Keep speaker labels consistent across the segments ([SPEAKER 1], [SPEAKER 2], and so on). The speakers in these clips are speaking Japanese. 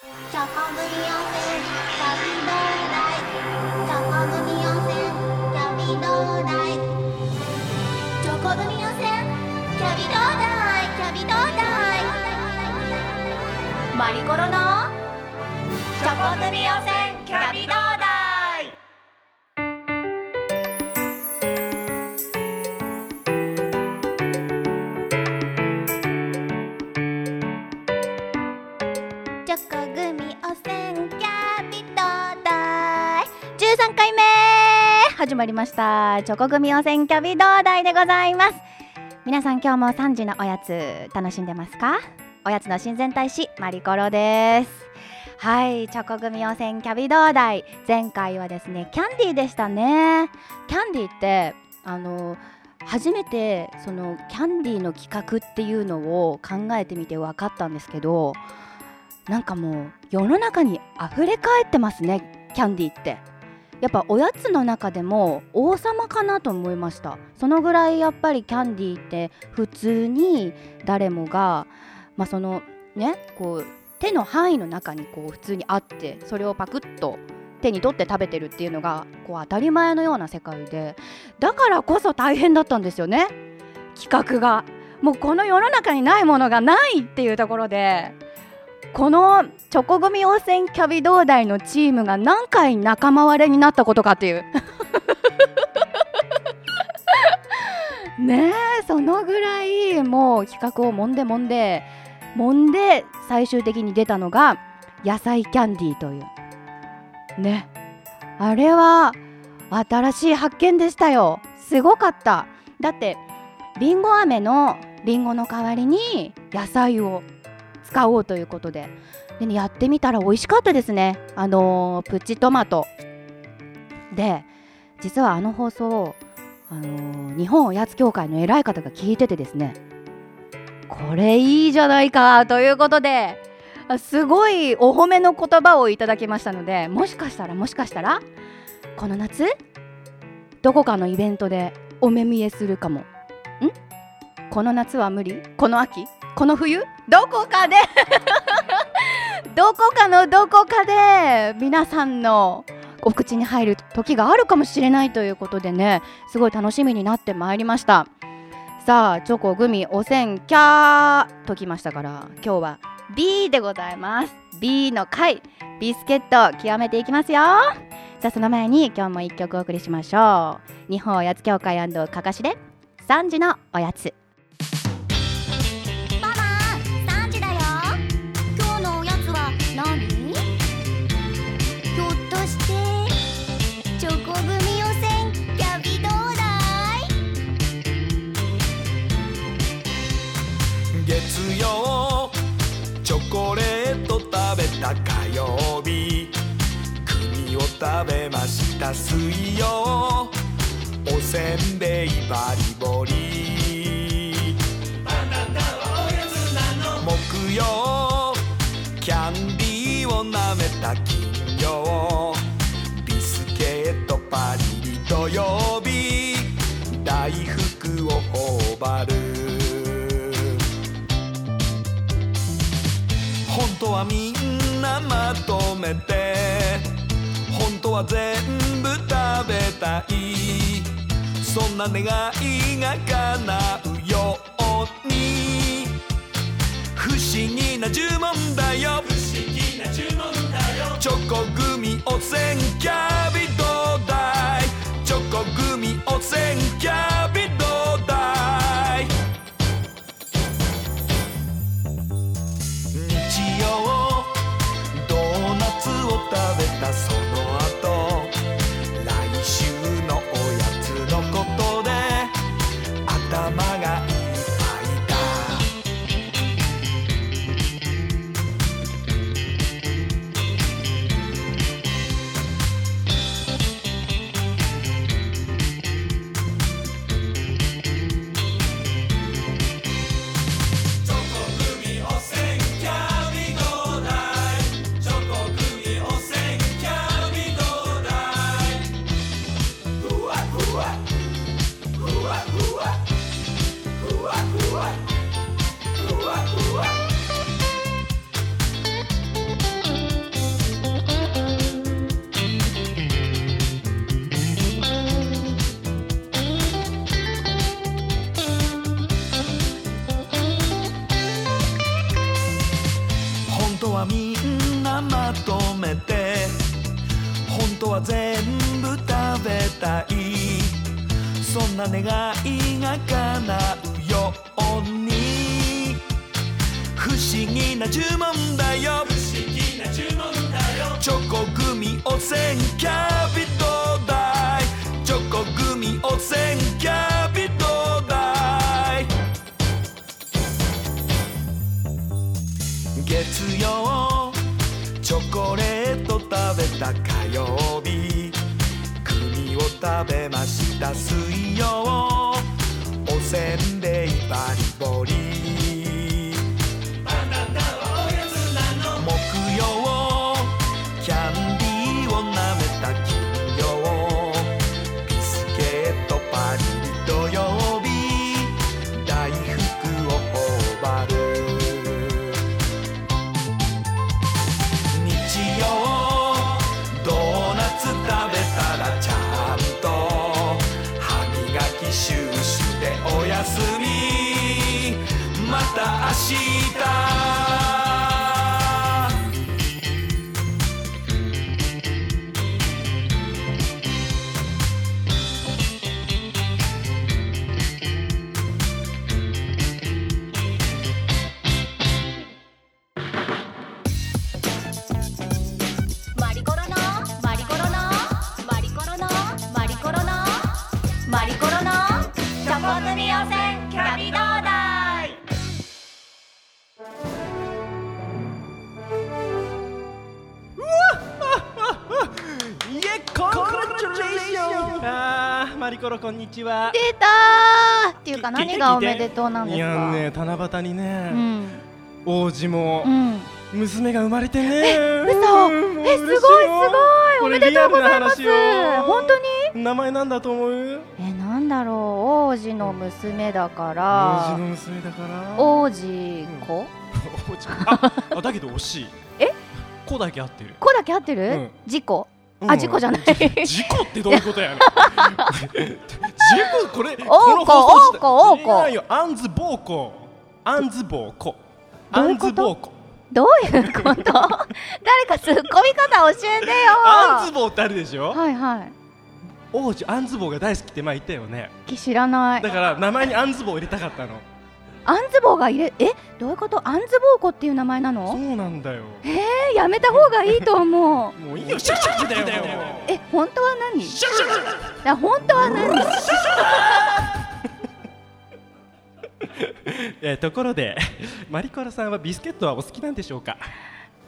[SPEAKER 1] チャパグニ温泉キャビドライチャパグニ温泉キャビドライチョコグミ温泉キャビドライキャビドライマリコロのチョコグミ温泉キャビドライチョコグミ汚染キャビト台十三回目始まりましたチョコグミ汚染キャビト台でございます皆さん今日も三時のおやつ楽しんでますかおやつの親善大使マリコロですはいチョコグミ汚染キャビト台前回はですねキャンディーでしたねキャンディーってあの初めてそのキャンディーの企画っていうのを考えてみて分かったんですけどなんかもう世の中に溢れ返ってますねキャンディーってやっぱおやつの中でも王様かなと思いましたそのぐらいやっぱりキャンディーって普通に誰もがまあそのねこう手の範囲の中にこう普通にあってそれをパクッと手に取って食べてるっていうのがこう当たり前のような世界でだからこそ大変だったんですよね企画がもうこの世の中にないものがないっていうところでこのチョコ組温泉キャビ同大のチームが何回仲間割れになったことかっていう ねえそのぐらいもう企画を揉んで揉んで揉んで最終的に出たのが野菜キャンディーというねあれは新しい発見でしたよすごかっただってりんご飴のりんごの代わりに野菜を使おうということでで、ね、やってみたら美味しかったですねあのープチトマトで実はあの放送を、あのー日本おやつ協会の偉い方が聞いててですねこれいいじゃないかということであすごいお褒めの言葉をいただきましたのでもしかしたらもしかしたらこの夏どこかのイベントでお目見えするかもんこの夏は無理この秋この冬どこかで どこかのどこかで皆さんのお口に入る時があるかもしれないということでねすごい楽しみになってまいりましたさあチョコグミおせんキャーときましたから今日は B でございます B の回ビスケット極めていきますよさあその前に今日も一曲お送りしましょう日本おやつ協会かかしで3時のおやつママ3時だよ今日のおやつは何ひょっとしてチョコ組予選キャビどうだい
[SPEAKER 2] 月曜チョコレート食べた火曜日栗を食べました水曜おせんべいバリボリ木曜キャンディーをなめた金曜ビスケットパリリ土曜日大福を頬張る本当はみんなまとめて本当は全部食べたいそんな願いが叶うように不思議な呪文だよ不思議な呪文だよチョコグミ汚染キャビドダイチョコグミ汚染キャビドダイ日曜ドーナツを食べたその後来週のおやつのことで頭がいっぱいだ当はみんなまとめて本当は全部食べたいそんな願いが叶うように不思議な呪文だよ不思議な呪文だよチョコグミおせんキャビトダイチョコグミおせんキャビトダイ月曜チョコレート食べた火曜日国を食べました水曜おせんべいバリボリバナナはおやつなの木曜キャンディーをなめた金曜ビスケットパリリ土曜日大福を頬張る日曜ドーナツ食べたらちゃんと歯磨きシューシュでおやすみまた明日
[SPEAKER 3] マリコロのマリコロのマリコロのマリコロのマリコロのチョコ組予選キャビ同大
[SPEAKER 4] イエコングラチュレーションあーマリコロこんにちは
[SPEAKER 1] 出たーっていうか
[SPEAKER 4] き
[SPEAKER 1] 何がおめでとうなん
[SPEAKER 4] い
[SPEAKER 1] です
[SPEAKER 4] や
[SPEAKER 1] か
[SPEAKER 4] ね七夕に
[SPEAKER 1] う
[SPEAKER 4] ね、
[SPEAKER 1] ん
[SPEAKER 4] 王子も
[SPEAKER 1] うん
[SPEAKER 4] 娘が生まれてね
[SPEAKER 1] え嘘
[SPEAKER 4] うん
[SPEAKER 1] えすごいすごいおめでとうございます本当
[SPEAKER 4] に
[SPEAKER 1] に
[SPEAKER 4] 名前なんだと思う
[SPEAKER 1] えなんだろう王子の娘だか
[SPEAKER 4] 王子
[SPEAKER 1] ら
[SPEAKER 4] の娘だから
[SPEAKER 1] 王子子
[SPEAKER 4] 王子ああだけど惜しい
[SPEAKER 1] え
[SPEAKER 4] 子だけ合ってる
[SPEAKER 1] 子だけ合って
[SPEAKER 4] う
[SPEAKER 1] る
[SPEAKER 4] ん
[SPEAKER 1] 事故
[SPEAKER 4] うん
[SPEAKER 1] あ事故じゃ ない事
[SPEAKER 4] 事故ってどういうことやねん事故これこ
[SPEAKER 1] 王子
[SPEAKER 4] の放送自体
[SPEAKER 1] 王子王子
[SPEAKER 4] 違うよアンズ暴行アンズ暴行
[SPEAKER 1] ど
[SPEAKER 4] ア
[SPEAKER 1] ういう
[SPEAKER 4] ン
[SPEAKER 1] こと
[SPEAKER 4] ズ暴行
[SPEAKER 1] どういうこと誰か突っ込み方教えてよ
[SPEAKER 4] アンズ棒ってあるでしょ
[SPEAKER 1] はいはい
[SPEAKER 4] 王子アンズ棒が大好きって前言ったよね
[SPEAKER 1] き知らない
[SPEAKER 4] だから名前にアンズ棒入れたかったの
[SPEAKER 1] アンズボウが入れえどういうことアンズボウ子っていう名前な
[SPEAKER 4] そ
[SPEAKER 1] の
[SPEAKER 4] うなんだよ
[SPEAKER 1] えやめた方がいいと思う
[SPEAKER 4] もういいよシャッシャッシャッシャッだよ
[SPEAKER 1] え本当は何だ本当は何
[SPEAKER 4] えーところで マリコラさんはビスケットはお好きなんでしょうか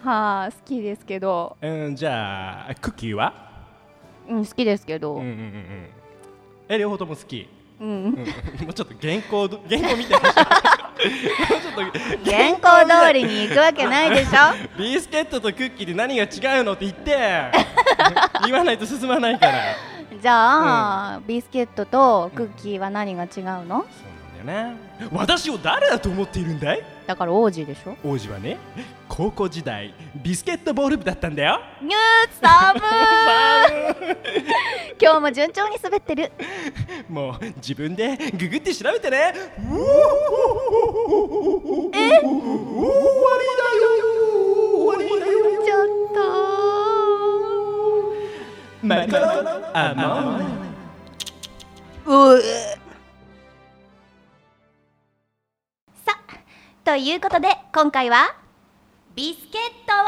[SPEAKER 1] はあ好きですけど
[SPEAKER 4] うんじゃあクッキーは
[SPEAKER 1] うん好きですけど
[SPEAKER 4] うんうんうんうんえ両方とも好き
[SPEAKER 1] うん
[SPEAKER 4] もうちょっと原稿ど原稿みたいなもうちょっと
[SPEAKER 1] 原稿通りに行くわけないでしょ
[SPEAKER 4] ビスケットとクッキーで何が違うのって言って 言わないと進まないから
[SPEAKER 1] じゃあ、ビスケットとクッキーは何が違うの
[SPEAKER 4] そうなんだよね私を誰だと思っているんだい
[SPEAKER 1] だから王子でしょ
[SPEAKER 4] 王子はね高校時代ビスケットボール部だったんだよ
[SPEAKER 1] ニュース サブ今日も順調に滑ってる
[SPEAKER 4] もう自分でググって調べてねえ終わりだよ終わりだよ
[SPEAKER 1] ちょっと
[SPEAKER 4] マリコあもう
[SPEAKER 3] さということで今回はビスケットを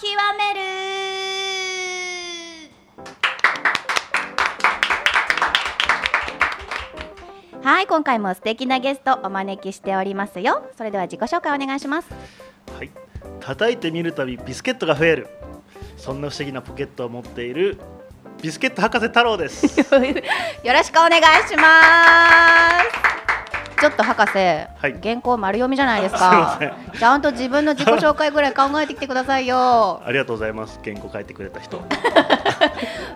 [SPEAKER 3] 極める
[SPEAKER 1] はい今回も素敵なゲストお招きしておりますよそれでは自己紹介お願いします
[SPEAKER 5] はい、叩いてみるたびビスケットが増えるそんな不思議なポケットを持っているビスケット博士太郎です
[SPEAKER 1] よろしくお願いしますちょっと博士、
[SPEAKER 5] い
[SPEAKER 1] 原稿丸読みじゃないです
[SPEAKER 5] すい
[SPEAKER 1] か
[SPEAKER 5] ま
[SPEAKER 1] ちゃんと自分の自己紹介ぐらい考えてきてください よ
[SPEAKER 5] ありがとうございます原稿書いてくれた人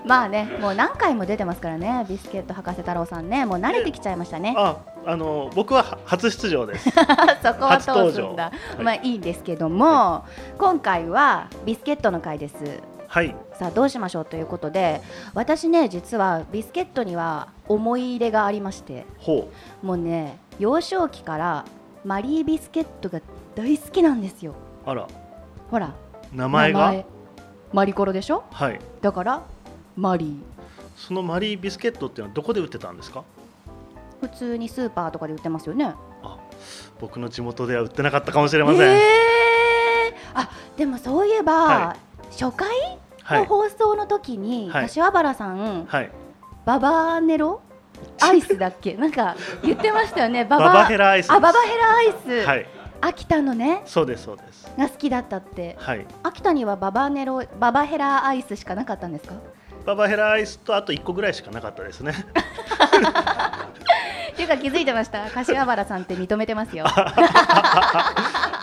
[SPEAKER 1] まあねもう何回も出てますからねビスケット博士太郎さんねもう慣れてきちゃいましたね
[SPEAKER 5] ああの僕は初出場 です
[SPEAKER 1] そこは通すんだ
[SPEAKER 5] 初登場
[SPEAKER 1] まあいいんですけども今回はビスケットの回です
[SPEAKER 5] はい
[SPEAKER 1] さあどうしましょうということで私ね実はビスケットには思い入れがありまして
[SPEAKER 5] ほ
[SPEAKER 1] もうね幼少期からマリービスケットが大好きなんですよ
[SPEAKER 5] うあら
[SPEAKER 1] ほら
[SPEAKER 5] 名前が
[SPEAKER 1] マリコロでしょ
[SPEAKER 5] はい
[SPEAKER 1] だからマリー
[SPEAKER 5] そのマリービスケットっていうのはどこで売ってたんですか
[SPEAKER 1] 普通にスーパーとかで売ってますよね
[SPEAKER 5] 僕の地元では売ってなかったかもしれ
[SPEAKER 1] え
[SPEAKER 5] ません、
[SPEAKER 1] えあでもそういえば、
[SPEAKER 5] は
[SPEAKER 1] 初回
[SPEAKER 5] は
[SPEAKER 1] の
[SPEAKER 5] い
[SPEAKER 1] 放送の時に、
[SPEAKER 5] はい
[SPEAKER 1] 柏原さん、
[SPEAKER 5] はい
[SPEAKER 1] ババネロアイスだっけなんか言ってましたよねバ
[SPEAKER 5] バ
[SPEAKER 1] バ
[SPEAKER 5] バヘラアイスです
[SPEAKER 1] あババヘラアイス、
[SPEAKER 5] はい
[SPEAKER 1] 秋田のね
[SPEAKER 5] そうですそうです
[SPEAKER 1] が好きだったって
[SPEAKER 5] はい
[SPEAKER 1] 秋田にはババネロババヘラアイスしかなかったんですか
[SPEAKER 5] ババヘラアイスとあと1個ぐらいしかなかったで すね
[SPEAKER 1] っていうか気づいてました柏原さんって認めてますよ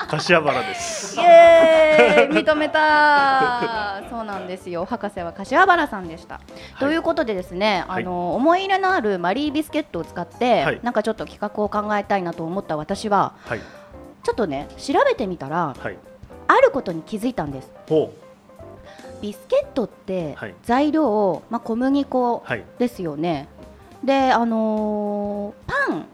[SPEAKER 5] 柏原です
[SPEAKER 1] イエーイ認めたそうなんですよ博士は柏原さんでした、ということでですね、
[SPEAKER 5] はい
[SPEAKER 1] あの思い入れのあるマリービスケットを使って、
[SPEAKER 5] はい
[SPEAKER 1] なんかちょっと企画を考えたいなと思った私は
[SPEAKER 5] はい
[SPEAKER 1] ちょっとね調べてみたら
[SPEAKER 5] はい
[SPEAKER 1] あることに気づいたんです
[SPEAKER 5] ほ
[SPEAKER 1] ビスケットって
[SPEAKER 5] はい
[SPEAKER 1] 材料を、まあ、小麦粉
[SPEAKER 5] うはい
[SPEAKER 1] ですよねであのーパン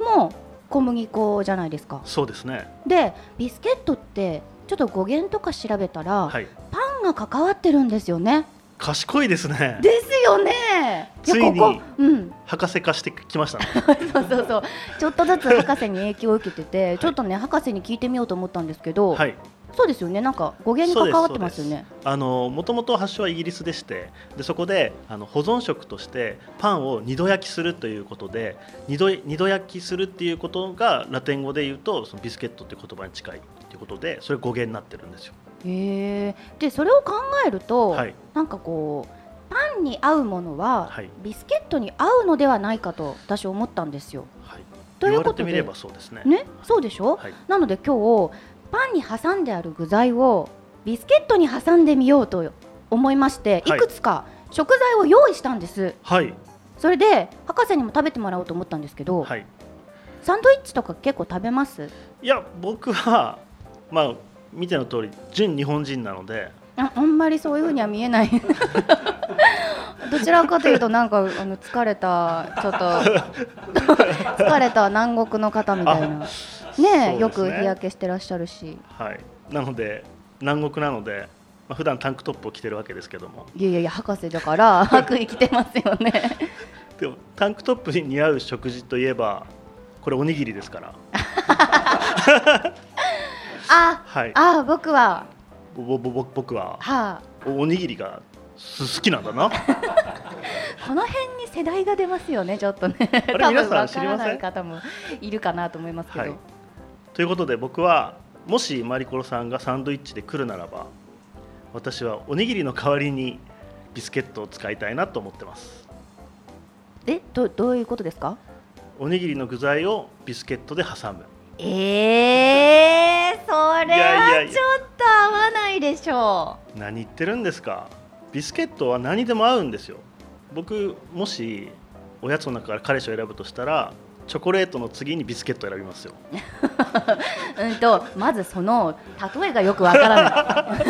[SPEAKER 1] も小麦粉じゃないですか
[SPEAKER 5] そうですね
[SPEAKER 1] でビスケットってちょっと語源とか調べたら、
[SPEAKER 5] はい
[SPEAKER 1] パンが関わってるんですよね
[SPEAKER 5] 賢いですね
[SPEAKER 1] ですよねや
[SPEAKER 5] ついに
[SPEAKER 1] ここうん
[SPEAKER 5] 博士化してきましたね
[SPEAKER 1] そうそうそうちょっとずつ博士に影響を受けてて、ちょっとね博士に聞いてみようと思ったんですけど、
[SPEAKER 5] はい
[SPEAKER 1] そうですよねなんか語源に関わってますよね
[SPEAKER 5] あのもともと発祥はイギリスでしてでそこであの保存食としてパンを二度焼きするということで二度二度焼きするっていうことがラテン語で言うとそのビスケットっていう言葉に近いっていうことでそれ語源になってるんですよ。
[SPEAKER 1] へえでそれを考えると、
[SPEAKER 5] はい
[SPEAKER 1] なんかこうパンに合うものは、
[SPEAKER 5] はい
[SPEAKER 1] ビスケットに合うのではないかと私思ったんですよ。
[SPEAKER 5] はい、
[SPEAKER 1] とい
[SPEAKER 5] 言
[SPEAKER 1] う
[SPEAKER 5] わ
[SPEAKER 1] こ
[SPEAKER 5] れ
[SPEAKER 1] と
[SPEAKER 5] て
[SPEAKER 1] で
[SPEAKER 5] みればそうですね。
[SPEAKER 1] ね、そうでしょ、
[SPEAKER 5] はい
[SPEAKER 1] なので今日パンに挟んである具材をビスケットに挟んでみようと思いまして、
[SPEAKER 5] はい
[SPEAKER 1] いくつか食材を用意したんです
[SPEAKER 5] はい、
[SPEAKER 1] それで博士にも食べてもらおうと思ったんですけど、
[SPEAKER 5] はい、
[SPEAKER 1] サンドイッチとか結構食べます
[SPEAKER 5] いや僕はまあ見ての通り純日本人なので
[SPEAKER 1] ああんまりそういうふうには見え ないどちらかというとなんかあの疲れた ちょっと疲れた南国の方みたいなねえ
[SPEAKER 5] そうですね
[SPEAKER 1] よく日焼けしてらっしゃるし
[SPEAKER 5] はいなので南国なので、まあ、普段タンクトップを着てるわけですけども
[SPEAKER 1] いやいやいや博士だ から白衣着てますよね
[SPEAKER 5] でもタンクトップに似合う食事といえばこれおにぎりですから
[SPEAKER 1] あ
[SPEAKER 5] はい
[SPEAKER 1] あ僕は
[SPEAKER 5] ぼぼぼ僕は
[SPEAKER 1] はあ
[SPEAKER 5] おおにぎりがす好きなんだな
[SPEAKER 1] この辺に世代が出ますよねちょっとね
[SPEAKER 5] れ
[SPEAKER 1] 多
[SPEAKER 5] 皆
[SPEAKER 1] 分
[SPEAKER 5] さん
[SPEAKER 1] わ
[SPEAKER 5] 知
[SPEAKER 1] か
[SPEAKER 5] り
[SPEAKER 1] ら
[SPEAKER 5] ません
[SPEAKER 1] ない方もいるかなと思いますけど、
[SPEAKER 5] はいということで僕はもしマリコロさんがサンドイッチで来るならば私はおにぎりの代わりにビスケットを使いたいなと思ってます
[SPEAKER 1] えどどういうことですか
[SPEAKER 5] おにぎりの具材をビスケットで挟む
[SPEAKER 1] えー、それ
[SPEAKER 5] いやい
[SPEAKER 1] は
[SPEAKER 5] やいや
[SPEAKER 1] ちょっと合わないでしょ
[SPEAKER 5] 何言ってるんですかビスケットは何でも合うんですよ僕もしおやつの中から彼氏を選ぶとしたらチョコレートの次にビスケットを選びますよ
[SPEAKER 1] う。うんとまずその例えがよくわから ない。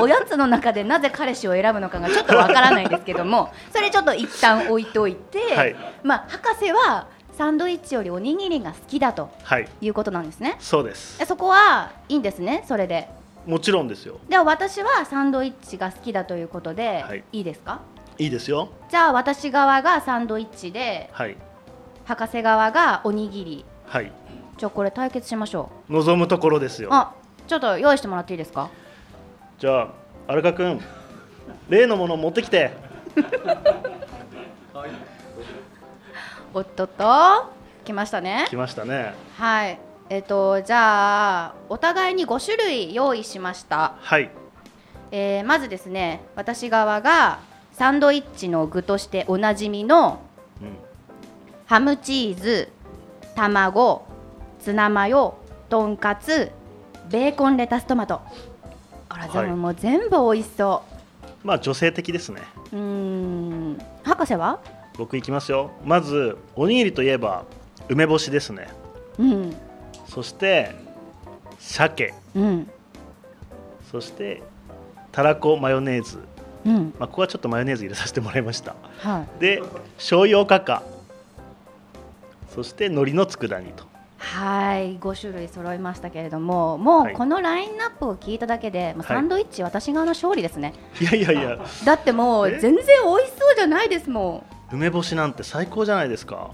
[SPEAKER 1] おやつの中でなぜ彼氏を選ぶのかがちょっとわからないですけども、それちょっと一旦置いといて、
[SPEAKER 5] はい
[SPEAKER 1] まあ博士はサンドイッチよりおにぎりが好きだと
[SPEAKER 5] はい
[SPEAKER 1] いうことなんですね。
[SPEAKER 5] そうです
[SPEAKER 1] えそこはいいんですね。それで。
[SPEAKER 5] もちろんですよ
[SPEAKER 1] では私はサンドイッチが好きだということで、
[SPEAKER 5] はい
[SPEAKER 1] い、いですか？
[SPEAKER 5] いいですよ
[SPEAKER 1] じゃあ私側がサンドイッチで
[SPEAKER 5] はい
[SPEAKER 1] 博士側がおにぎり
[SPEAKER 5] はい
[SPEAKER 1] じゃあこれ対決しましょ
[SPEAKER 5] 望むところです
[SPEAKER 1] う
[SPEAKER 5] よ
[SPEAKER 1] あちょっと用意してもらっていいですか
[SPEAKER 5] じゃあアルカ君例のものを持ってきて
[SPEAKER 1] おっとっと来ましたね
[SPEAKER 5] 来ましたね
[SPEAKER 1] はいえっ、とじゃあお互いに5種類用意しました、
[SPEAKER 5] はい
[SPEAKER 1] えーまずですね私側がサンドイッチの具としておなじみの
[SPEAKER 5] うん
[SPEAKER 1] ハムチーズ卵ツナマヨとんかつベーコンレタストマトあら、
[SPEAKER 5] はい
[SPEAKER 1] でももう全部美味しそ
[SPEAKER 5] まあ女性的ですね
[SPEAKER 1] ううーん博士は
[SPEAKER 5] 僕いきますよまずおにぎりといえば梅干しですね
[SPEAKER 1] うん
[SPEAKER 5] そして鮭
[SPEAKER 1] うん
[SPEAKER 5] そしてたらこマヨネーズ、
[SPEAKER 1] うん
[SPEAKER 5] まあ、ここはちょっとマヨネーズ入れさせてもらいました
[SPEAKER 1] はい
[SPEAKER 5] で醤油おかかそして海苔の佃煮と
[SPEAKER 1] ははい5種類揃いましたけれどもも
[SPEAKER 5] は
[SPEAKER 1] う
[SPEAKER 5] い
[SPEAKER 1] このラインナップを聞いただけで、もう
[SPEAKER 5] はい
[SPEAKER 1] サンドイッチ、私側の勝利ですね
[SPEAKER 5] いやいやいや
[SPEAKER 1] だってもう
[SPEAKER 5] え
[SPEAKER 1] 全然美味しそうじゃないですもん
[SPEAKER 5] 梅干しなんて最高じゃないですか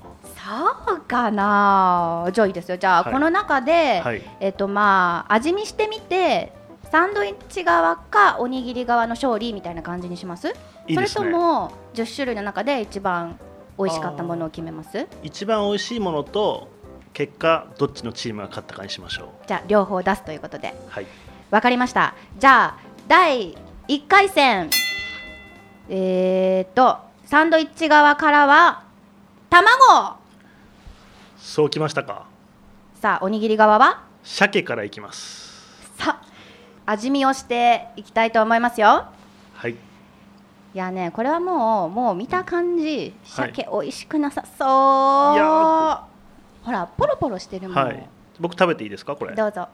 [SPEAKER 1] そうかなじゃあいいですよじゃあ、
[SPEAKER 5] はい
[SPEAKER 1] この中で、
[SPEAKER 5] はい
[SPEAKER 1] えっとまあ味見してみてサンドイッチ側かおにぎり側の勝利みたいな感じにします
[SPEAKER 5] いいです
[SPEAKER 1] そ
[SPEAKER 5] ね
[SPEAKER 1] れとも10種類の中で一番美味しかったものを決めます
[SPEAKER 5] 一番美味しいものと結果どっちのチームが勝ったかにしましょ
[SPEAKER 1] じゃあ両方出すということで
[SPEAKER 5] うはい
[SPEAKER 1] わかりました。じゃあ第一回戦、えー、っとサンドイッチ側からは卵、
[SPEAKER 5] そうきましたか
[SPEAKER 1] さあおにぎり側は
[SPEAKER 5] 鮭からいきます
[SPEAKER 1] さあ味見をしていきたいと思いますよ。
[SPEAKER 5] はい
[SPEAKER 1] いやねこれはもうもう見た感じ鮭美味しくなさそう。
[SPEAKER 5] いや
[SPEAKER 1] ほらポロポロしてるもん。
[SPEAKER 5] はい僕食べていいですかこれ
[SPEAKER 1] どうぞ。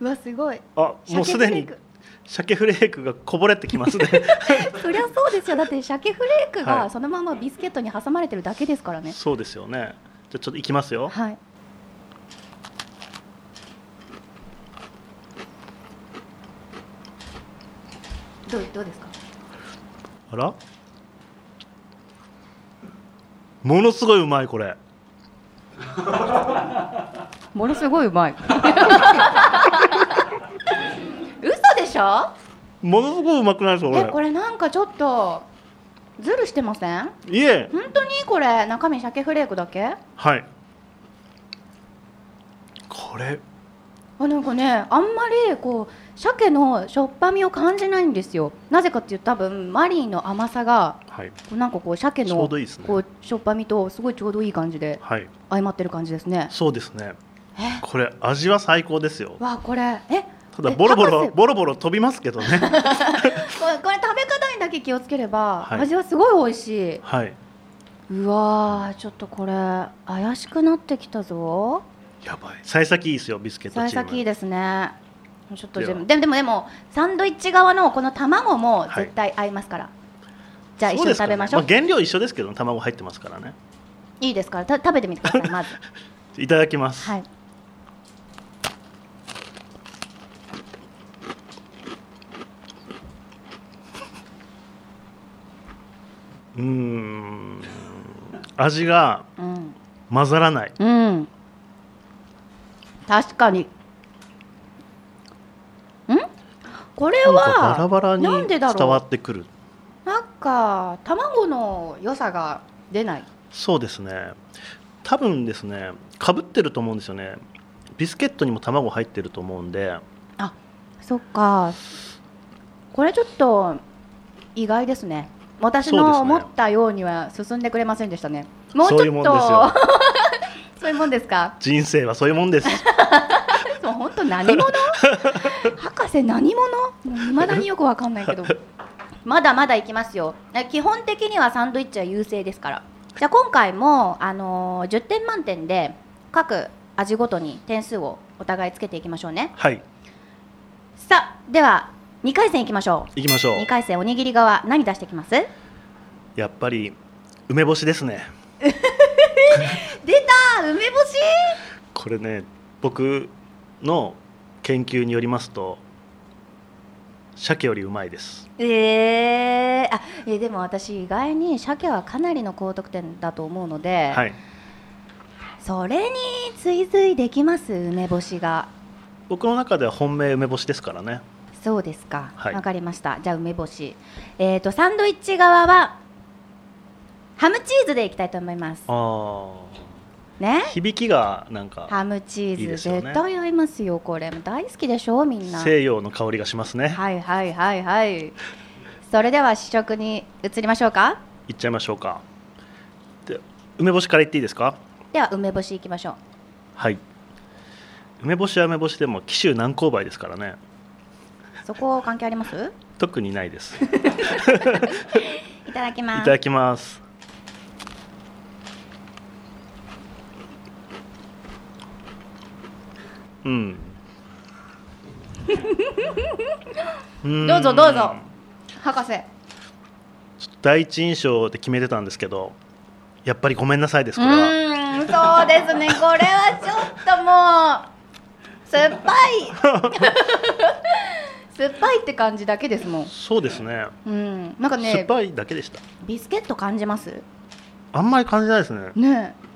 [SPEAKER 1] うわすごい。
[SPEAKER 5] あもうす
[SPEAKER 1] 鮭フ
[SPEAKER 5] でに
[SPEAKER 1] レーク
[SPEAKER 5] 鮭フレークがこぼれてきますね
[SPEAKER 1] そりゃそうですよだって鮭フレーク
[SPEAKER 5] は
[SPEAKER 1] が
[SPEAKER 5] い
[SPEAKER 1] そのままビスケットに挟まれてるだけです からね。
[SPEAKER 5] そうですよねじゃあちょっといきますよ
[SPEAKER 1] はい。どうどうですか。
[SPEAKER 5] あらものすごいうまいこれ
[SPEAKER 1] ものすごいうまい。 嘘でしょ。
[SPEAKER 5] ものすごいうまくないですかこ
[SPEAKER 1] え
[SPEAKER 5] れ
[SPEAKER 1] これなんかちょっとズルしてません？
[SPEAKER 5] いえ
[SPEAKER 1] 本当にこれ中身鮭フレークだけ？あ
[SPEAKER 5] はいこれ
[SPEAKER 1] なんかねあんまりこう鮭のしょっぱみを感じないんですよ。なぜかっていうと多分マリーの甘さが
[SPEAKER 5] はい
[SPEAKER 1] なんかこう鮭
[SPEAKER 5] ちょ
[SPEAKER 1] の
[SPEAKER 5] うどいいですね
[SPEAKER 1] こうしょっぱみとすごいちょうどいい感じで
[SPEAKER 5] はい
[SPEAKER 1] 相まってる感じですね。
[SPEAKER 5] そうですね
[SPEAKER 1] え
[SPEAKER 5] これ味は最高ですよ
[SPEAKER 1] わあこれえ
[SPEAKER 5] ただ
[SPEAKER 1] え
[SPEAKER 5] ボロボ
[SPEAKER 1] タ
[SPEAKER 5] ロ
[SPEAKER 1] コス
[SPEAKER 5] ボロボロ飛びますけどね
[SPEAKER 1] これこれ食べ方にだけ気をつければ、
[SPEAKER 5] はい
[SPEAKER 1] 味はすごい美味し
[SPEAKER 5] はい
[SPEAKER 1] いうわーちょっとこれ怪しくなってきたぞ
[SPEAKER 5] やばい幸先いいですよビスケット
[SPEAKER 1] 幸
[SPEAKER 5] チーム
[SPEAKER 1] 先いいですねちょっと
[SPEAKER 5] で
[SPEAKER 1] で
[SPEAKER 5] は
[SPEAKER 1] もでもでもでもサンドイッチ側のこの卵も
[SPEAKER 5] はい
[SPEAKER 1] 絶対合いますから、じゃあ一
[SPEAKER 5] そ
[SPEAKER 1] 緒
[SPEAKER 5] で
[SPEAKER 1] に
[SPEAKER 5] すか
[SPEAKER 1] 食べ
[SPEAKER 5] ね
[SPEAKER 1] ましょう
[SPEAKER 5] あ、原料一緒ですけどね卵入ってますからね
[SPEAKER 1] いいですからた食べてみてください まず
[SPEAKER 5] いただきます、
[SPEAKER 1] はい
[SPEAKER 5] うんうん味が
[SPEAKER 1] うん
[SPEAKER 5] 混ざらない
[SPEAKER 1] うん確かにんこれ
[SPEAKER 5] なん
[SPEAKER 1] は
[SPEAKER 5] かバラバラに
[SPEAKER 1] なんで
[SPEAKER 5] 伝
[SPEAKER 1] だろう
[SPEAKER 5] わってくる
[SPEAKER 1] なんか卵の良さが出ない。
[SPEAKER 5] そうですね多分ですねかぶってると思うんですよねビスケットにも卵入ってると思うんで
[SPEAKER 1] そっか。これちょっと意外ですね。私
[SPEAKER 5] そうです
[SPEAKER 1] の
[SPEAKER 5] ね
[SPEAKER 1] 思ったようには進んでくれませんでしたね。もうちょっと
[SPEAKER 5] そういうもんですよ
[SPEAKER 1] そういうもんですか。
[SPEAKER 5] 人生はそういうもんです
[SPEAKER 1] もう本当何 者？博士何者？いまだによくわかんないけど。まだまだいきますよ。え基本的にはサンドイッチは優勢ですから。じゃあ今回もあのー10点満点で各味ごとに点数をお互いつけていきましょうね。
[SPEAKER 5] はい
[SPEAKER 1] さあでは2回戦いきましょ
[SPEAKER 5] 行きましょ
[SPEAKER 1] う2
[SPEAKER 5] う
[SPEAKER 1] 回戦おにぎり側何出してきます出
[SPEAKER 5] やっぱり梅干しですね
[SPEAKER 1] た梅干し
[SPEAKER 5] これね僕の研究によりますと鮭よりうまいです
[SPEAKER 1] えー、あいやでも私意外に鮭はかなりの高得点だと思うので、
[SPEAKER 5] はい
[SPEAKER 1] それに追随できます梅干しが
[SPEAKER 5] 僕の中では本命梅干しですからね
[SPEAKER 1] そうですかわ、
[SPEAKER 5] はい
[SPEAKER 1] かりましたじゃあ梅干しえー、とサンドイッチ側はハムチーズでいきたいと思います
[SPEAKER 5] あ
[SPEAKER 1] ね
[SPEAKER 5] あ響きがなんか
[SPEAKER 1] ハムチーズ
[SPEAKER 5] いいですよね
[SPEAKER 1] 絶対合いますよこれ大好きでしょみんな
[SPEAKER 5] 西洋の香りがしますね
[SPEAKER 1] はいはいはいはい。それでは試食に移りましょうか。
[SPEAKER 5] いっちゃいましょうかで梅干しからいっていいですか
[SPEAKER 1] では梅干しいきましょう。
[SPEAKER 5] はい梅干しは梅干しでも紀州南勾梅ですからね
[SPEAKER 1] そこ関係あります？
[SPEAKER 5] 特にないです
[SPEAKER 1] いただき
[SPEAKER 5] い
[SPEAKER 1] ま
[SPEAKER 5] た
[SPEAKER 1] す。
[SPEAKER 5] だきますうん ん
[SPEAKER 1] どうぞどうぞ博士。
[SPEAKER 5] 第一印象で決めてたんですけどやっぱりごめんなさいです
[SPEAKER 1] う
[SPEAKER 5] これは
[SPEAKER 1] ーん、そうですねこれはちょっともう酸っぱい 酸っぱいって感じだけですもん、
[SPEAKER 5] そうですね
[SPEAKER 1] うん、なんか
[SPEAKER 5] 酸っ
[SPEAKER 1] ね
[SPEAKER 5] ぱいだけでした
[SPEAKER 1] ビスケット感じます
[SPEAKER 5] あんまり感じないですね
[SPEAKER 1] ねえ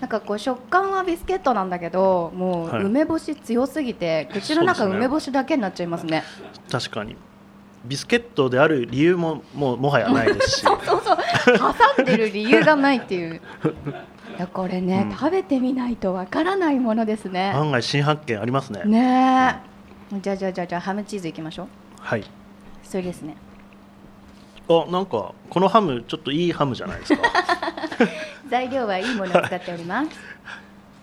[SPEAKER 1] なんかこう食感はビスケットなんだけども
[SPEAKER 5] は
[SPEAKER 1] う
[SPEAKER 5] い
[SPEAKER 1] 梅干し強すぎて、口の中
[SPEAKER 5] そうですね
[SPEAKER 1] 梅干しだけになっちゃいます ね
[SPEAKER 5] 確かにビスケットである理由ももうもはやない ですし
[SPEAKER 1] そうそう挟んでる理由がないって いういやこれね、
[SPEAKER 5] うん
[SPEAKER 1] 食べてみないとわからないものですね
[SPEAKER 5] 案外新発見ありますね
[SPEAKER 1] ねえじゃあじゃあじゃあじゃあハムチーズいきましょう
[SPEAKER 5] はい
[SPEAKER 1] それですね
[SPEAKER 5] あなんかこのハムちょっといいハムじゃないですか
[SPEAKER 1] 材料はいいものを使っております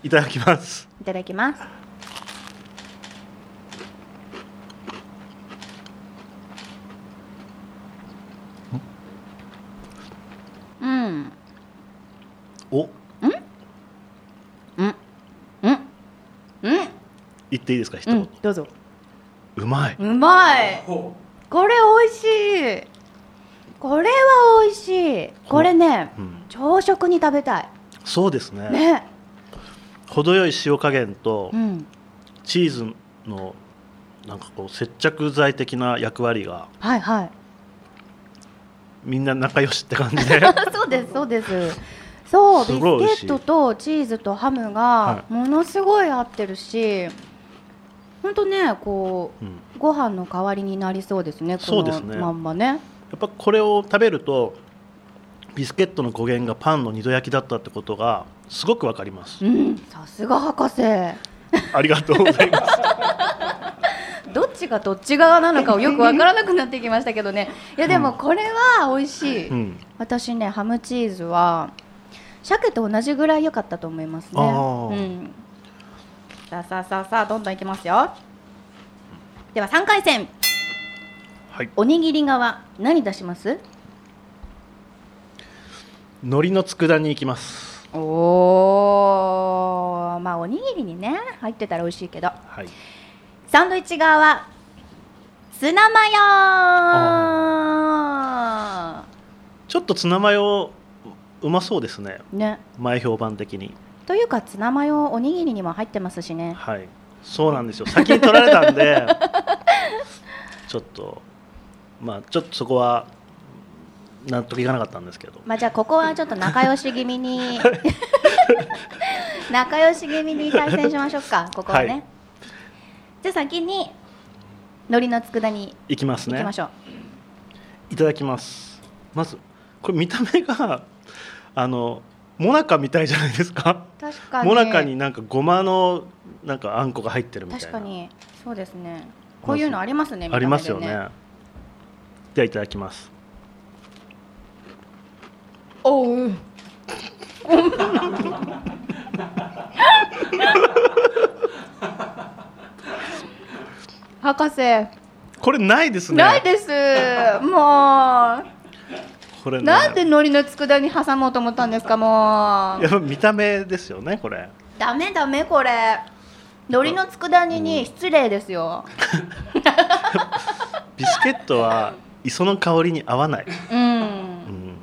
[SPEAKER 5] いただきます
[SPEAKER 1] いただきますうん
[SPEAKER 5] お
[SPEAKER 1] うんうん
[SPEAKER 5] 言っていいですか一
[SPEAKER 1] う
[SPEAKER 5] 言、うん
[SPEAKER 1] どうぞ
[SPEAKER 5] まいう
[SPEAKER 1] まいこれ美味しいこれは美味しいこれね
[SPEAKER 5] うん、
[SPEAKER 1] 朝食に食べた
[SPEAKER 5] そうですね
[SPEAKER 1] いね
[SPEAKER 5] 程よい塩加減と
[SPEAKER 1] うん
[SPEAKER 5] チーズのなんかこう接着剤的な役割が
[SPEAKER 1] はいはい
[SPEAKER 5] みんな仲良しって感 じで
[SPEAKER 1] そうですそうです。そう
[SPEAKER 5] す
[SPEAKER 1] ビ
[SPEAKER 5] ごい美味
[SPEAKER 1] ス
[SPEAKER 5] しい
[SPEAKER 1] ケットとチーズとハムが
[SPEAKER 5] は
[SPEAKER 1] ものすごい合ってるし、ほんとねこ
[SPEAKER 5] うんや
[SPEAKER 1] うご飯の代わりになりそうですね。
[SPEAKER 5] そ
[SPEAKER 1] こ
[SPEAKER 5] うです
[SPEAKER 1] の
[SPEAKER 5] ね
[SPEAKER 1] まんまね。
[SPEAKER 5] っぱこれを食べるとビスケットの語源がパンの二度焼きだったってことがすごくわかります
[SPEAKER 1] うん、さすが博士。
[SPEAKER 5] ありがとうございます。
[SPEAKER 1] どっちがどっち側なのかをよくわからなくなってきましたけどね。いやでもこれは美味しい。
[SPEAKER 5] うん、
[SPEAKER 1] 私ねハムチーズは鮭と同じぐらい良かったと思いますね。
[SPEAKER 5] あ
[SPEAKER 1] う
[SPEAKER 5] ー
[SPEAKER 1] ん。さあさあさあさあどんどんいきますよ。では三回戦
[SPEAKER 5] はい、
[SPEAKER 1] おにぎり側何出します？
[SPEAKER 5] 海苔の佃煮行きます。
[SPEAKER 1] おおまあおにぎりにね入ってたら美味しいけど
[SPEAKER 5] はい、
[SPEAKER 1] サンドイッチ側はツナマヨ
[SPEAKER 5] ちょっとツナマヨ、うまそうですね。
[SPEAKER 1] ね。
[SPEAKER 5] 前評判的に。
[SPEAKER 1] というかツナマヨおにぎりにも入ってますしね。
[SPEAKER 5] はい、そうなんですよ。先に取られたん で。ちょっと、まあ、ちょっとそこは。納得いかなかったんですけど。
[SPEAKER 1] まあじゃあここはちょっと仲良し気味 に仲良し気味に対戦しましょうかここはね、
[SPEAKER 5] はい
[SPEAKER 1] じゃあ先に海苔の佃煮
[SPEAKER 5] いきます
[SPEAKER 1] いき
[SPEAKER 5] ね
[SPEAKER 1] ま。しょう、
[SPEAKER 5] いただきます。まず、これ見た目が。 あの、モナカみたいじゃないですか。
[SPEAKER 1] 確かに
[SPEAKER 5] モナカになんかごまの、なんかあんこが入ってるみたいな。
[SPEAKER 1] 確かにそうですねこういうのありますね
[SPEAKER 5] ありますよ
[SPEAKER 1] 見た
[SPEAKER 5] ね
[SPEAKER 1] 目で
[SPEAKER 5] ではいただきます
[SPEAKER 1] おう博士、
[SPEAKER 5] これないですね
[SPEAKER 1] ないですもう
[SPEAKER 5] これね
[SPEAKER 1] なんで海苔の佃煮挟もうと思ったんですかも
[SPEAKER 5] や
[SPEAKER 1] う
[SPEAKER 5] っぱ見た目ですよねこれ
[SPEAKER 1] ダメダメこれ海苔の佃煮に失礼ですよ
[SPEAKER 5] ビスケット は磯の香りに合わない、
[SPEAKER 1] う
[SPEAKER 5] うんん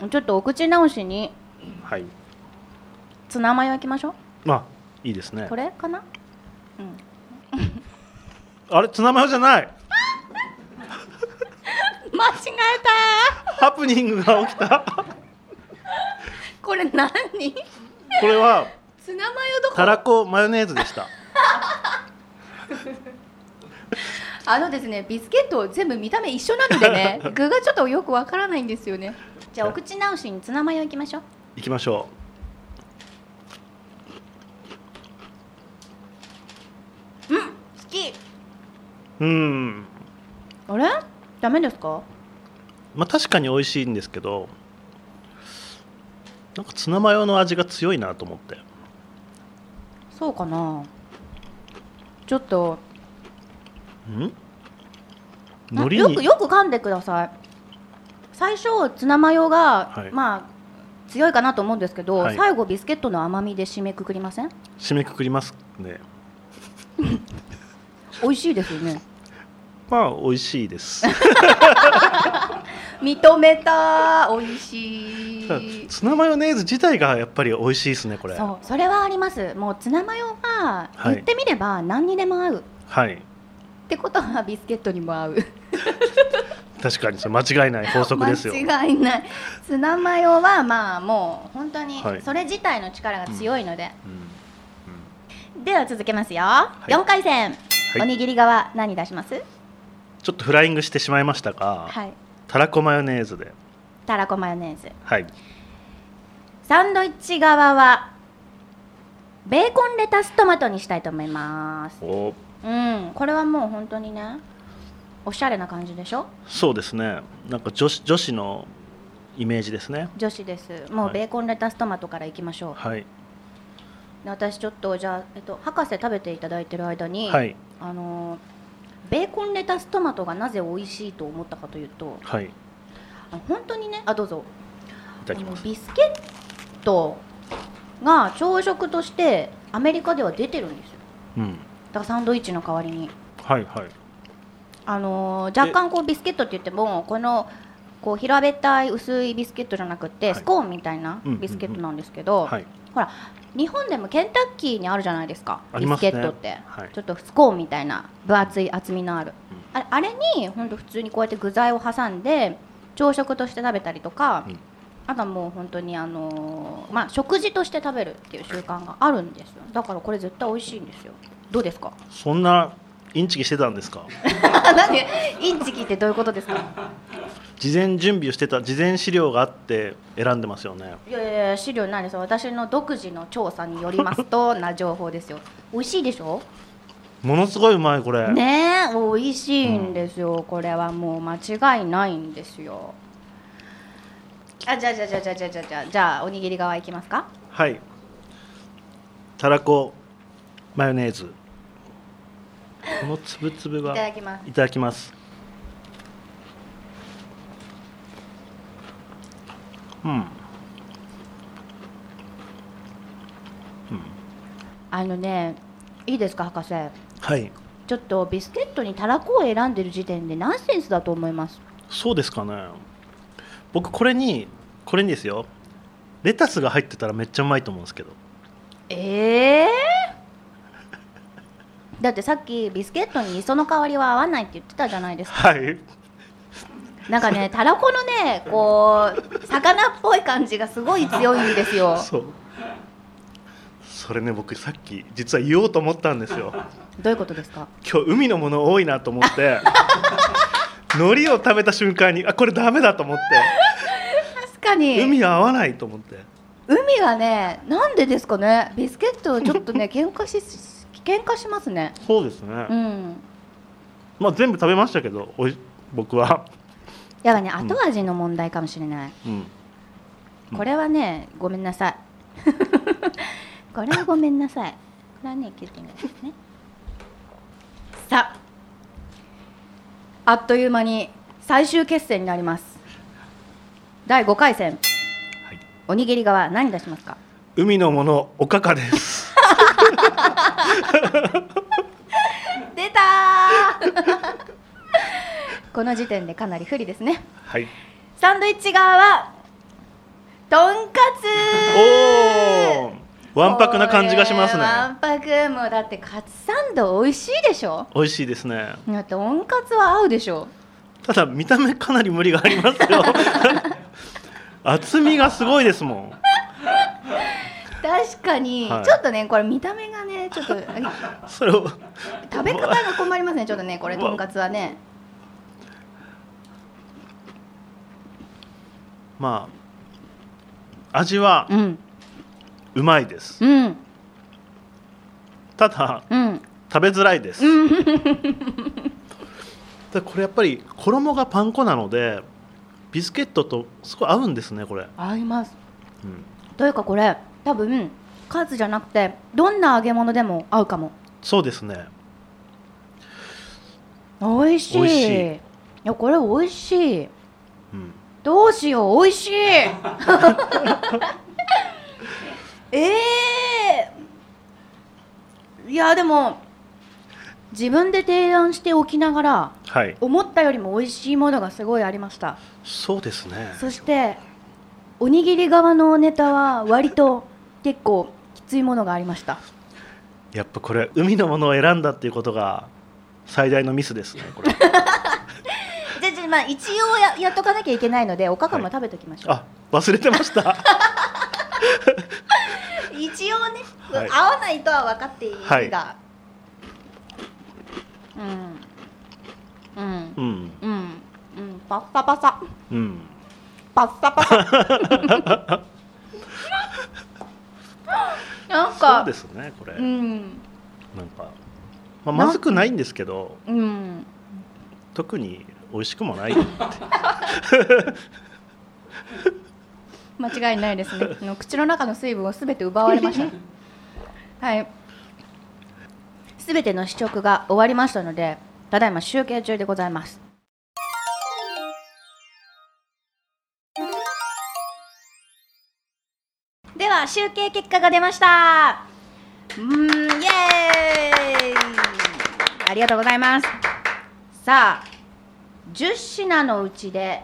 [SPEAKER 1] うん、ちょっとお口直しに
[SPEAKER 5] はい
[SPEAKER 1] ツナマヨいきましょ
[SPEAKER 5] まあいいですね
[SPEAKER 1] うこれかな
[SPEAKER 5] あれツナマヨじゃない
[SPEAKER 1] 間違え
[SPEAKER 5] ハプニングが起きた
[SPEAKER 1] たこれ何
[SPEAKER 5] これは
[SPEAKER 1] ツナマヨどこ
[SPEAKER 5] たらこマヨネーズでした
[SPEAKER 1] あのですねビスケット全部見た目一緒なので ね具がちょっとよくわからないんですよねじゃあお口直しにツナマヨいきましょう
[SPEAKER 5] いきましょ
[SPEAKER 1] 好き
[SPEAKER 5] ううん
[SPEAKER 1] あれダメですか
[SPEAKER 5] まあ確かに美味しいんですけどなんかツナマヨの味が強いなと思って
[SPEAKER 1] そうかなちょっと
[SPEAKER 5] うん
[SPEAKER 1] な
[SPEAKER 5] 海苔
[SPEAKER 1] よく
[SPEAKER 5] に
[SPEAKER 1] よく噛んでください最初ツナマヨが、
[SPEAKER 5] はい
[SPEAKER 1] まあ強いかなと思うんですけど、
[SPEAKER 5] はい
[SPEAKER 1] 最後ビスケットの甘みで締めくくりません
[SPEAKER 5] 締めくくりますね
[SPEAKER 1] 美味しいですよね
[SPEAKER 5] まあ美味しいです。
[SPEAKER 1] 認めた美味し い
[SPEAKER 5] ツナマヨネーズ自体がやっぱり美味しいですねこれ
[SPEAKER 1] そうそれはありますもうツナマヨは
[SPEAKER 5] はい
[SPEAKER 1] 言ってみれば何にでも合う、っ
[SPEAKER 5] はい
[SPEAKER 1] てことはビスケットにも合う
[SPEAKER 5] 確かにそれ間違いない法則ですよ
[SPEAKER 1] 間違いないツナマヨはまあもう本当に
[SPEAKER 5] はい
[SPEAKER 1] それ自体の力が強いので、
[SPEAKER 5] うんうん
[SPEAKER 1] では続けますよ、
[SPEAKER 5] い
[SPEAKER 1] 4回戦、
[SPEAKER 5] はい
[SPEAKER 1] おにぎり側何出します
[SPEAKER 5] ちょっとフライングしてしまいましたが、
[SPEAKER 1] はい
[SPEAKER 5] たらこマヨネーズで
[SPEAKER 1] たらこマヨネーズ
[SPEAKER 5] はい
[SPEAKER 1] サンドイッチ側はベーコンレタストマトにしたいと思います
[SPEAKER 5] お
[SPEAKER 1] うんこれはもう本当にねおしゃれな感じでしょ
[SPEAKER 5] そうですねなんか女子女子のイメージですね
[SPEAKER 1] 女子ですも
[SPEAKER 5] は
[SPEAKER 1] う
[SPEAKER 5] い
[SPEAKER 1] ベーコンレタストマトからいきましょう、
[SPEAKER 5] はい
[SPEAKER 1] で私ちょっとじゃあ、えっと、博士食べていただいてる間に、
[SPEAKER 5] はい
[SPEAKER 1] あのーベーコンレタストマトがなぜ美味しいと思ったかというと
[SPEAKER 5] はいい
[SPEAKER 1] あの本当にねあどうぞ
[SPEAKER 5] ただきま
[SPEAKER 1] あの
[SPEAKER 5] す
[SPEAKER 1] ビスケットが朝食としてアメリカでは出てるんですよ
[SPEAKER 5] うん
[SPEAKER 1] だからサンドイッチの代わりに
[SPEAKER 5] はいはい
[SPEAKER 1] あのー若干こうビスケットって言ってもこのこう平べったい薄いビスケットじゃなくて、
[SPEAKER 5] はい
[SPEAKER 1] スコーンみたいな
[SPEAKER 5] うんうんうん
[SPEAKER 1] ビスケットなんですけど、
[SPEAKER 5] はい
[SPEAKER 1] 日本でもケンタッキーにあるじゃないですか
[SPEAKER 5] あり
[SPEAKER 1] ビ
[SPEAKER 5] ま
[SPEAKER 1] ス
[SPEAKER 5] すね
[SPEAKER 1] ケットって、
[SPEAKER 5] はい
[SPEAKER 1] ちょっとスコーンみたいな分厚い厚みのある、あれあれに本当普通にこうやって具材を挟んで朝食として食べたりとか、
[SPEAKER 5] うん
[SPEAKER 1] あとはもう本当にあのーまあ食事として食べるっていう習慣があるんですよだからこれ絶対美味しいんですよどうです か
[SPEAKER 5] そんなインチキしてたんですか
[SPEAKER 1] 何インチキってどういうことですか
[SPEAKER 5] 事前準備をしてた事前資料があって選んでますよね
[SPEAKER 1] いやいやいや資料ないですよ私の独自の調査によりますとな情報ですよ美味しいでしょ
[SPEAKER 5] ものすごいうまいこれ、
[SPEAKER 1] ねえ美味しいんですよ、これはもう間違いないんですよあじゃあじゃあじゃあじゃあじゃあじゃあじゃあじゃあおにぎり側いきますか
[SPEAKER 5] はいたらこマヨネーズこのつぶつぶ
[SPEAKER 1] いただ
[SPEAKER 5] は
[SPEAKER 1] きます
[SPEAKER 5] いただきますうん、うん、
[SPEAKER 1] あのねいいですか博士
[SPEAKER 5] はい
[SPEAKER 1] ちょっとビスケットにたらこを選んでる時点でナンセンスだと思います
[SPEAKER 5] そうですかね僕これにこれにですよレタスが入ってたらめっちゃうまいと思うんですけど
[SPEAKER 1] ええだってさっきビスケットに磯の香りは合わないって言ってたじゃないですか
[SPEAKER 5] はい
[SPEAKER 1] なんかねたらこのねこう魚っぽい感じがすごい強いんですよ
[SPEAKER 5] そうそれね僕さっき実は言おうと思ったんです よ
[SPEAKER 1] どういうことですか
[SPEAKER 5] 今日海のもの多いなと思って 海苔を食べた瞬間にあこれダメだと思っ
[SPEAKER 1] 確か
[SPEAKER 5] て
[SPEAKER 1] に
[SPEAKER 5] 海は合わないと思って
[SPEAKER 1] 海はねなんでですかねビスケットちょっと ね喧嘩し喧嘩しますね
[SPEAKER 5] そうですね、
[SPEAKER 1] うん
[SPEAKER 5] まあ全部食べましたけどおい僕は、
[SPEAKER 1] やっぱね
[SPEAKER 5] ん
[SPEAKER 1] 後味の問題かもしれない、
[SPEAKER 5] うん、うん
[SPEAKER 1] これはねごめんなさい これはごめんなさいこれはね気づけないですねさああっという間に最終決戦になります第5回戦
[SPEAKER 5] はい
[SPEAKER 1] おにぎり側何出しますか
[SPEAKER 5] 海のものおかかです
[SPEAKER 1] 出たー この時点でかなり不利ですね
[SPEAKER 5] はい
[SPEAKER 1] サンドイッチ側はとんか
[SPEAKER 5] おお
[SPEAKER 1] つ
[SPEAKER 5] わんぱくな感じがします
[SPEAKER 1] これわ
[SPEAKER 5] ね
[SPEAKER 1] んぱくもうだってカツサンド美味しいでしょ
[SPEAKER 5] 美味しいですね
[SPEAKER 1] だってとんかつは合うでしょ
[SPEAKER 5] ただ見た目かなり無理があります よ厚みがすごいですもん
[SPEAKER 1] 確かに、
[SPEAKER 5] はい
[SPEAKER 1] ちょっとねこれ見た目がねちょっと
[SPEAKER 5] それを
[SPEAKER 1] 食べ方が困りますねちょっとねこれとんかつはね
[SPEAKER 5] まあ味は
[SPEAKER 1] うん
[SPEAKER 5] うまいです
[SPEAKER 1] うん
[SPEAKER 5] ただ
[SPEAKER 1] うん
[SPEAKER 5] 食べづらいですでこれやっぱり衣がパン粉なのでビスケットとすごい合うんですねこれ、
[SPEAKER 1] 合います
[SPEAKER 5] うん
[SPEAKER 1] というかこれ多分カツじゃなくてどんな揚げ物でも合うかも
[SPEAKER 5] そうですね
[SPEAKER 1] 美味しい
[SPEAKER 5] 美味しい
[SPEAKER 1] いやこれ美味しい
[SPEAKER 5] うん
[SPEAKER 1] どうしよう美味しい ええいやでも自分で提案しておきながら
[SPEAKER 5] はい
[SPEAKER 1] 思ったよりも美味しいものがすごいありました
[SPEAKER 5] そうですね
[SPEAKER 1] そしておにぎり側のネタは割と結構きついものがありました
[SPEAKER 5] やっぱこれ海のものを選んだっていうことが最大のミスですねこれ
[SPEAKER 1] じゃじゃまあ一応ややっとかなきゃいけないのでおかかも
[SPEAKER 5] はい
[SPEAKER 1] 食べときましょう、
[SPEAKER 5] あ忘れてました
[SPEAKER 1] 一応ね、
[SPEAKER 5] はい
[SPEAKER 1] 合わないとは分かっている
[SPEAKER 5] はい
[SPEAKER 1] が、うんうん
[SPEAKER 5] うん
[SPEAKER 1] うんうんパッサパサ
[SPEAKER 5] うん
[SPEAKER 1] パッサパサなん
[SPEAKER 5] そ
[SPEAKER 1] か
[SPEAKER 5] うですねこれ、
[SPEAKER 1] うん
[SPEAKER 5] なんか、まあ、まずくないんですけど
[SPEAKER 1] うん
[SPEAKER 5] 特に美味しくもない
[SPEAKER 1] 間違いないですねあの口の中の水分をすべて奪われましたはいすべての試食が終わりましたのでただいま集計中でございますでは集計結果が出ましたうーんイエーイありがとうございますさあ10品のうちで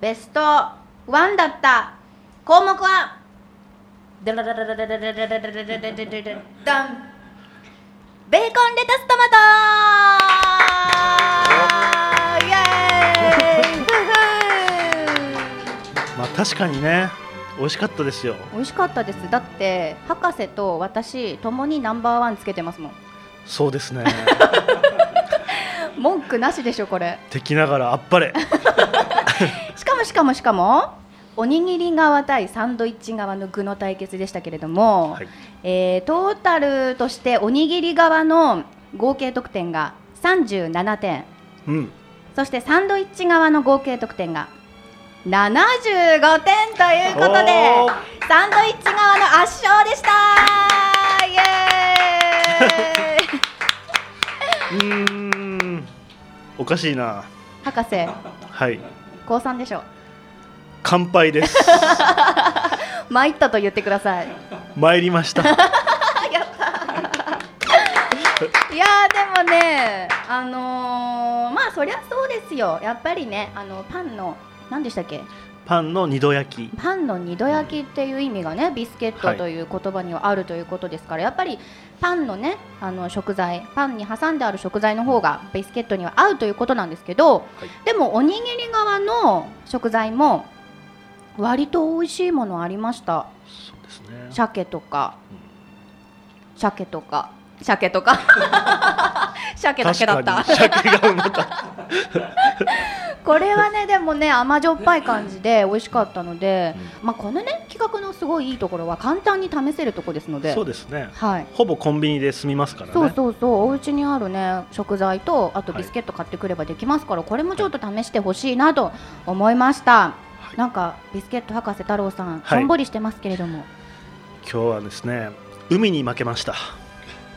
[SPEAKER 1] ベストワンだった項目はダラダラダラダラダラダラダラダラダラダンベーコンレタストマトイエーイ
[SPEAKER 5] まあ確かにね美味しかったですよ
[SPEAKER 1] 美味しかったですだって博士と私ともにナンバーワンつけてますもん
[SPEAKER 5] そうです ね
[SPEAKER 1] 文句なしでしょこれ
[SPEAKER 5] 敵ながらあっぱれ
[SPEAKER 1] しかもしかもしかもおにぎり側対サンドイッチ側の具の対決でしたけれども、
[SPEAKER 5] はい
[SPEAKER 1] えートータルとしておにぎり側の合計得点が37点
[SPEAKER 5] うん
[SPEAKER 1] そしてサンドイッチ側の合計得点が75点ということ
[SPEAKER 5] おー
[SPEAKER 1] でサンドイッチ側の圧勝でしたイエーイ
[SPEAKER 5] うーんおかしいな
[SPEAKER 1] 博士
[SPEAKER 5] はい
[SPEAKER 1] 高三でしょ
[SPEAKER 5] 乾杯です
[SPEAKER 1] 参ったと言ってください
[SPEAKER 5] 参りました
[SPEAKER 1] いやーでもね、あのー、まあそりゃそうですよ、やっぱりね、あのパンの、なんでしたっけ、
[SPEAKER 5] パンの二度焼き
[SPEAKER 1] パンの二度焼きっていう意味がね、ビスケット
[SPEAKER 5] はい
[SPEAKER 1] という言葉にはあるということですから、やっぱりパンのね、あの食材、パンに挟んである食材の方がビスケットには合うということなんですけど、
[SPEAKER 5] い
[SPEAKER 1] でもおにぎり側の食材も、割と美味しいものありました、
[SPEAKER 5] そうですね
[SPEAKER 1] 鮭とか、鮭とか、鮭と か、鮭だけだった。
[SPEAKER 5] 確かに鮭がうまかった
[SPEAKER 1] これはねでもね甘じょっぱい感じで美味しかったので、まあこのね企画のすごいいいところは簡単に試せるとこですので
[SPEAKER 5] そうですね
[SPEAKER 1] はい
[SPEAKER 5] ほぼコンビニで済みますからね
[SPEAKER 1] そうそうそうお家にあるね食材とあと
[SPEAKER 5] はい
[SPEAKER 1] ビスケット買ってくればできますから、これもちょっと試してほしいなと思いました、
[SPEAKER 5] い
[SPEAKER 1] なんかビスケット博士太郎さんし
[SPEAKER 5] はい
[SPEAKER 1] ょんぼりしてますけれども、
[SPEAKER 5] 今日はですね海に負けました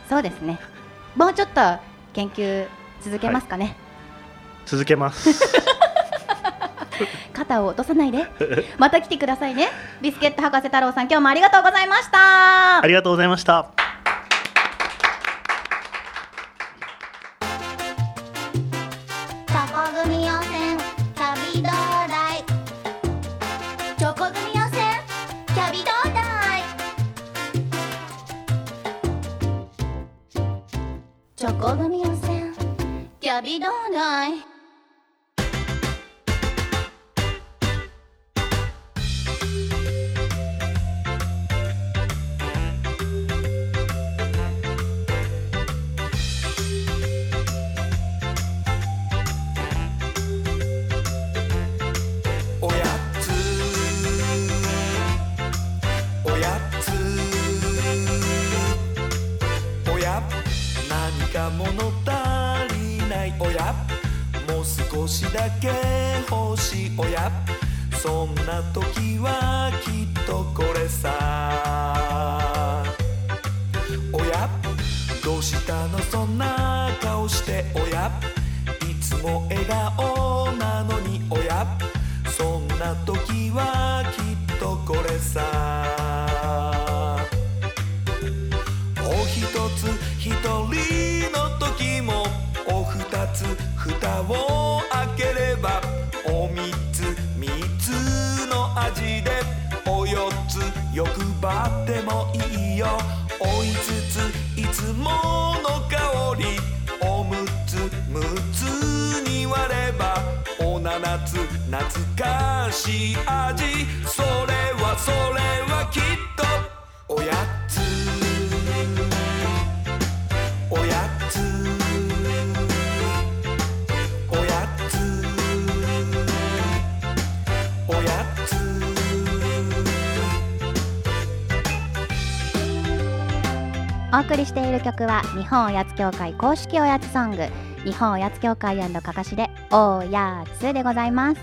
[SPEAKER 1] そうですねもうちょっと研究続けますかね、
[SPEAKER 5] 続けます
[SPEAKER 1] 肩を落とさないでまた来てくださいねビスケット博士太郎さん今日もありがとうございました
[SPEAKER 5] ありがとうございました
[SPEAKER 3] チョコ組予選キャビ同大チョコ組予選キャビ同大チョコ組予選キャビ同大
[SPEAKER 2] おやつおやつおや何か物足りないおやもう少しだけ欲しいおやそんな時はきっとこれさおやどうしたのそんな顔しておやいつも笑顔なのにおやそんな時はきっとこれさおひとつひとりの時も蓋を開ければおみつみつの味でおよつ欲張ってもいいよおいつついつもの香りおむつむつに割ればおななつ懐かしい味それはそれはきっとおやつおやつおやつおやつ
[SPEAKER 1] お送りしている曲は日本おやつ協会公式おやつソング日本おやつ協会かかしでおやつでございます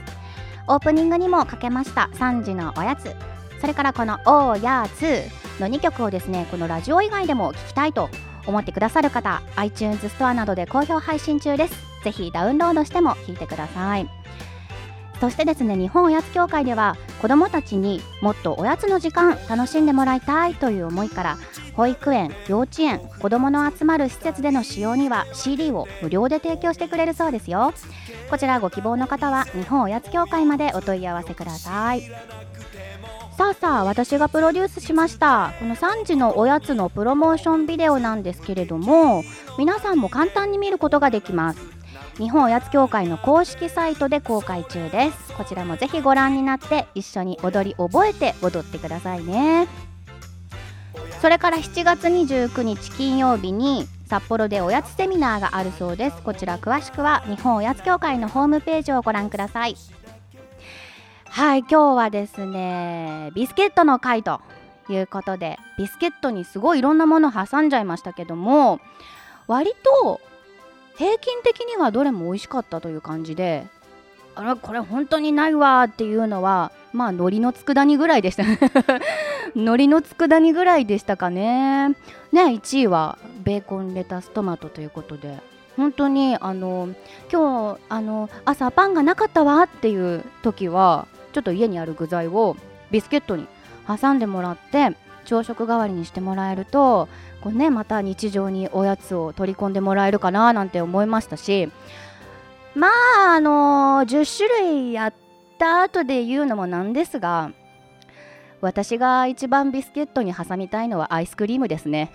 [SPEAKER 1] オープニングにもかけました3時のおやつそれからこのおやつの2曲をですねこのラジオ以外でも聞きたいと思ってくださる方 iTunes ストアなどで好評配信中ですぜひダウンロードしても聴いてくださいそしてですね日本おやつ協会では子どもたちにもっとおやつの時間楽しんでもらいたいという思いから保育園幼稚園子どもの集まる施設での使用には CD を無料で提供してくれるそうですよこちらご希望の方は日本おやつ協会までお問い合わせくださいさあさあ私がプロデュースしましたこの3時のおやつのプロモーションビデオなんですけれども皆さんも簡単に見ることができます日本おやつ協会の公式サイトで公開中ですこちらもぜひご覧になって一緒に踊り覚えて踊ってくださいねそれから7月29日金曜日に札幌でおやつセミナーがあるそうですこちら詳しくは日本おやつ協会のホームページをご覧くださいはい今日はですねビスケットの会ということでビスケットにすごいいろんなもの挟んじゃいましたけども割と平均的にはどれも美味しかったという感じであらこれ本当にないわーっていうのはまあ海苔の佃煮ぐらいでした海苔の佃煮ぐらいでしたかねね1位はベーコンレタストマトということで本当にあの今日あの朝パンがなかったわっていう時はちょっと家にある具材をビスケットに挟んでもらって朝食代わりにしてもらえるとこうねまた日常におやつを取り込んでもらえるかななんて思いましたしまああの10種類やった後で言うのもなんですが私が一番ビスケットに挟みたいのはアイスクリームですね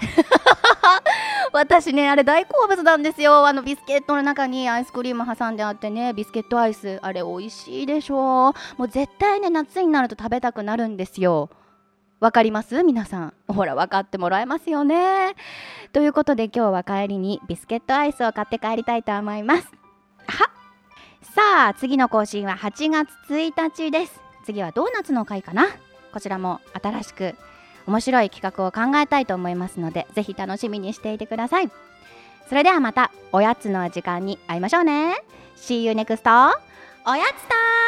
[SPEAKER 1] 私ねあれ大好物なんですよあのビスケットの中にアイスクリーム挟んであってねビスケットアイスあれ美味しいでしょうもう絶対ね夏になると食べたくなるんですよわかります皆さんほら分かってもらえますよねということで今日は帰りにビスケットアイスを買って帰りたいと思いますはさあ次の更新は8月1日です次はドーナツの回かなこちらも新しく面白い企画を考えたいと思いますのでぜひ楽しみにしていてくださいそれではまたおやつの時間に会いましょうね See you next おやつタイム